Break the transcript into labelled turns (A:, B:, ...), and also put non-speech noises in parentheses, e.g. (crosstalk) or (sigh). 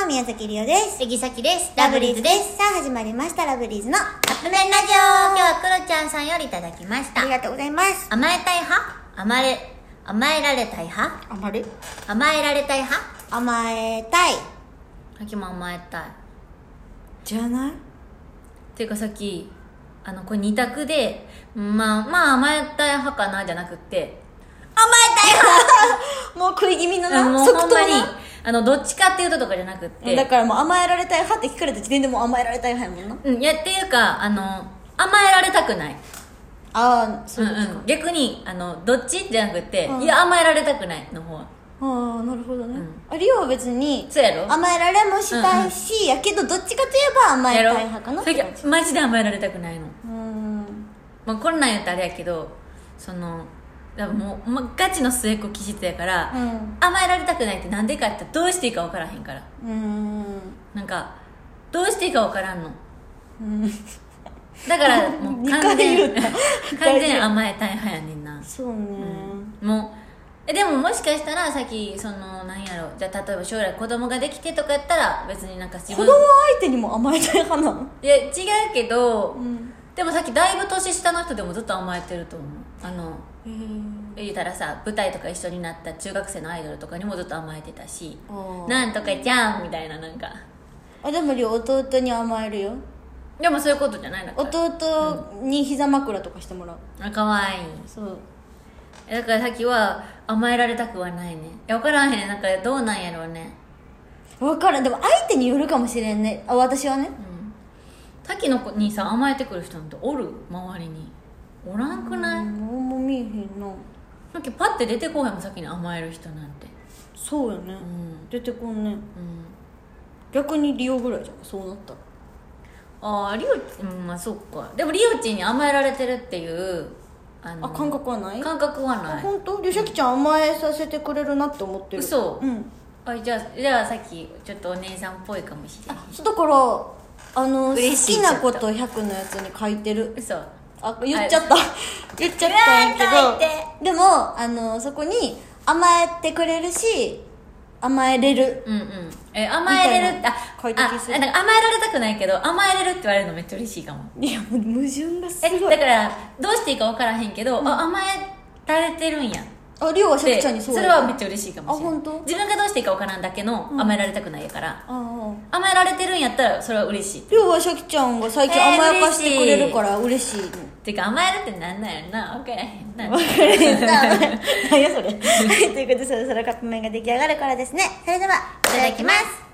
A: も宮崎りおです
B: 杉崎です
A: さあ始まりましたラブリーズのあ
B: カップ麺ラジオ今日はクロちゃんさんよりいただきました
A: りがとうございます
B: 甘えたい派甘え甘えられたい派
A: 甘え
B: 甘えられたい派
A: 甘えたい
B: さっきも甘えたいっ
A: じゃない
B: ていうかさっきあのこれ二択でまあまあ甘えたい派かなじゃなくって
A: もう食い気味のな
B: あのもう
A: 即
B: ほんま
A: 答
B: に
A: な
B: あのどっちかっていうととかじゃなくって
A: だからもう甘えられたい派って聞かれた時点でもう甘えられたい派やもんな
B: うんいやっていうかあの甘えられたくない
A: ああそううんいう
B: うん、逆にあのどっちじゃなくて、
A: うん
B: いや甘えられたくないの方
A: ああなるほどね
B: ん
A: ありおは別に
B: そうやろ
A: 甘えられもしたいしやけどどっちかといえば甘えたい派かなっ
B: そ
A: て
B: れ
A: 感
B: が
A: じ
B: マジで甘えられたくない
A: う
B: の、
A: ーん
B: まあ、こんなんやったらあれやけどそのだからもう、まあ、ガチの末っ子気質やから、
A: うん
B: 甘えられたくないってなんでかってどうしていいか分からへんから
A: うーん
B: なんかどうしていいか分からんの
A: うん (laughs)
B: だからもう
A: 二
B: 完
A: 回言
B: 全
A: うた
B: 完全甘えたい派やねんな
A: そうね
B: もうえでももしかしたらさっきそのなんやろじゃあ例えば将来子供ができてとかやったら別になんか自
A: 子供
B: 分
A: 相手にも甘えたい派なの
B: いや違うけど、
A: ん
B: でもさっきだいぶ年下の人でもずっと甘えてると思うあの言うたらさ舞台とか一緒になった中学生のアイドルとかにもずっと甘えてたし
A: あー
B: なんとかじゃんみたいななんか
A: あでもりょう弟に甘えるよ
B: でもそういうことじゃないのか
A: 弟に膝枕とかしてもらう
B: あかわいい
A: そう
B: だからさっきは甘えられたくはないねいや分からへんなんかどうなんやろうね
A: 分からんでも相手によるかもしれんねあ私はね
B: うんさっきの子にさ甘えてくる人なんておる周りにおらんくない、
A: もうも見えへんな
B: さっきパッて出てこうへんもんさっきに甘える人なんて
A: そうよね
B: うん
A: 出てこんね
B: うん
A: 逆にリオぐらいじゃんそうなったら
B: ああリオうんまあそっかでもリオちんに甘えられてるっていうあの
A: あ感覚はない
B: 感覚は
A: あ
B: ない
A: 本当りょしゃきちゃん甘えさせてくれるなって思ってる
B: 嘘
A: うん
B: あじゃあじゃあさっきちょっとお姉さんっぽいかもしれない
A: そうだからあの好
B: 嬉しい
A: きなこと100のやつに書いてる
B: 嘘
A: あ言っちゃった
B: (laughs)
A: 言っちゃったんやけ
B: うわー書い
A: どでもあのそこに甘えてくれるし甘えれる
B: うんうんえ甘えれる
A: み
B: った
A: いな
B: てああ
A: 快
B: あ
A: 適
B: なん
A: する
B: か甘えられたくないけど甘えれるって言われるのめっちゃ嬉しいかも
A: いやもう矛盾がす
B: え
A: ごい
B: だからどうしていいか分からへんけど、あ甘えられてるんや
A: ありょうはしゃ
B: で
A: くちゃんにそう
B: れはめっちゃ嬉しいかもしれな
A: あ
B: い
A: 本当
B: 自分がどうしていいか分からんだけの甘えられたくないやから、
A: あ
B: 甘えられてるんやったらそれは嬉しい
A: ありょうはしゃきちゃんが最近
B: えー
A: 甘やかしてくれるから嬉しい
B: てか甘えるってなんなんやろな分からへんな (laughs)
A: 何やそれはいということでそろそろカップ麺が出来上がるからですねそれではい
B: ただきます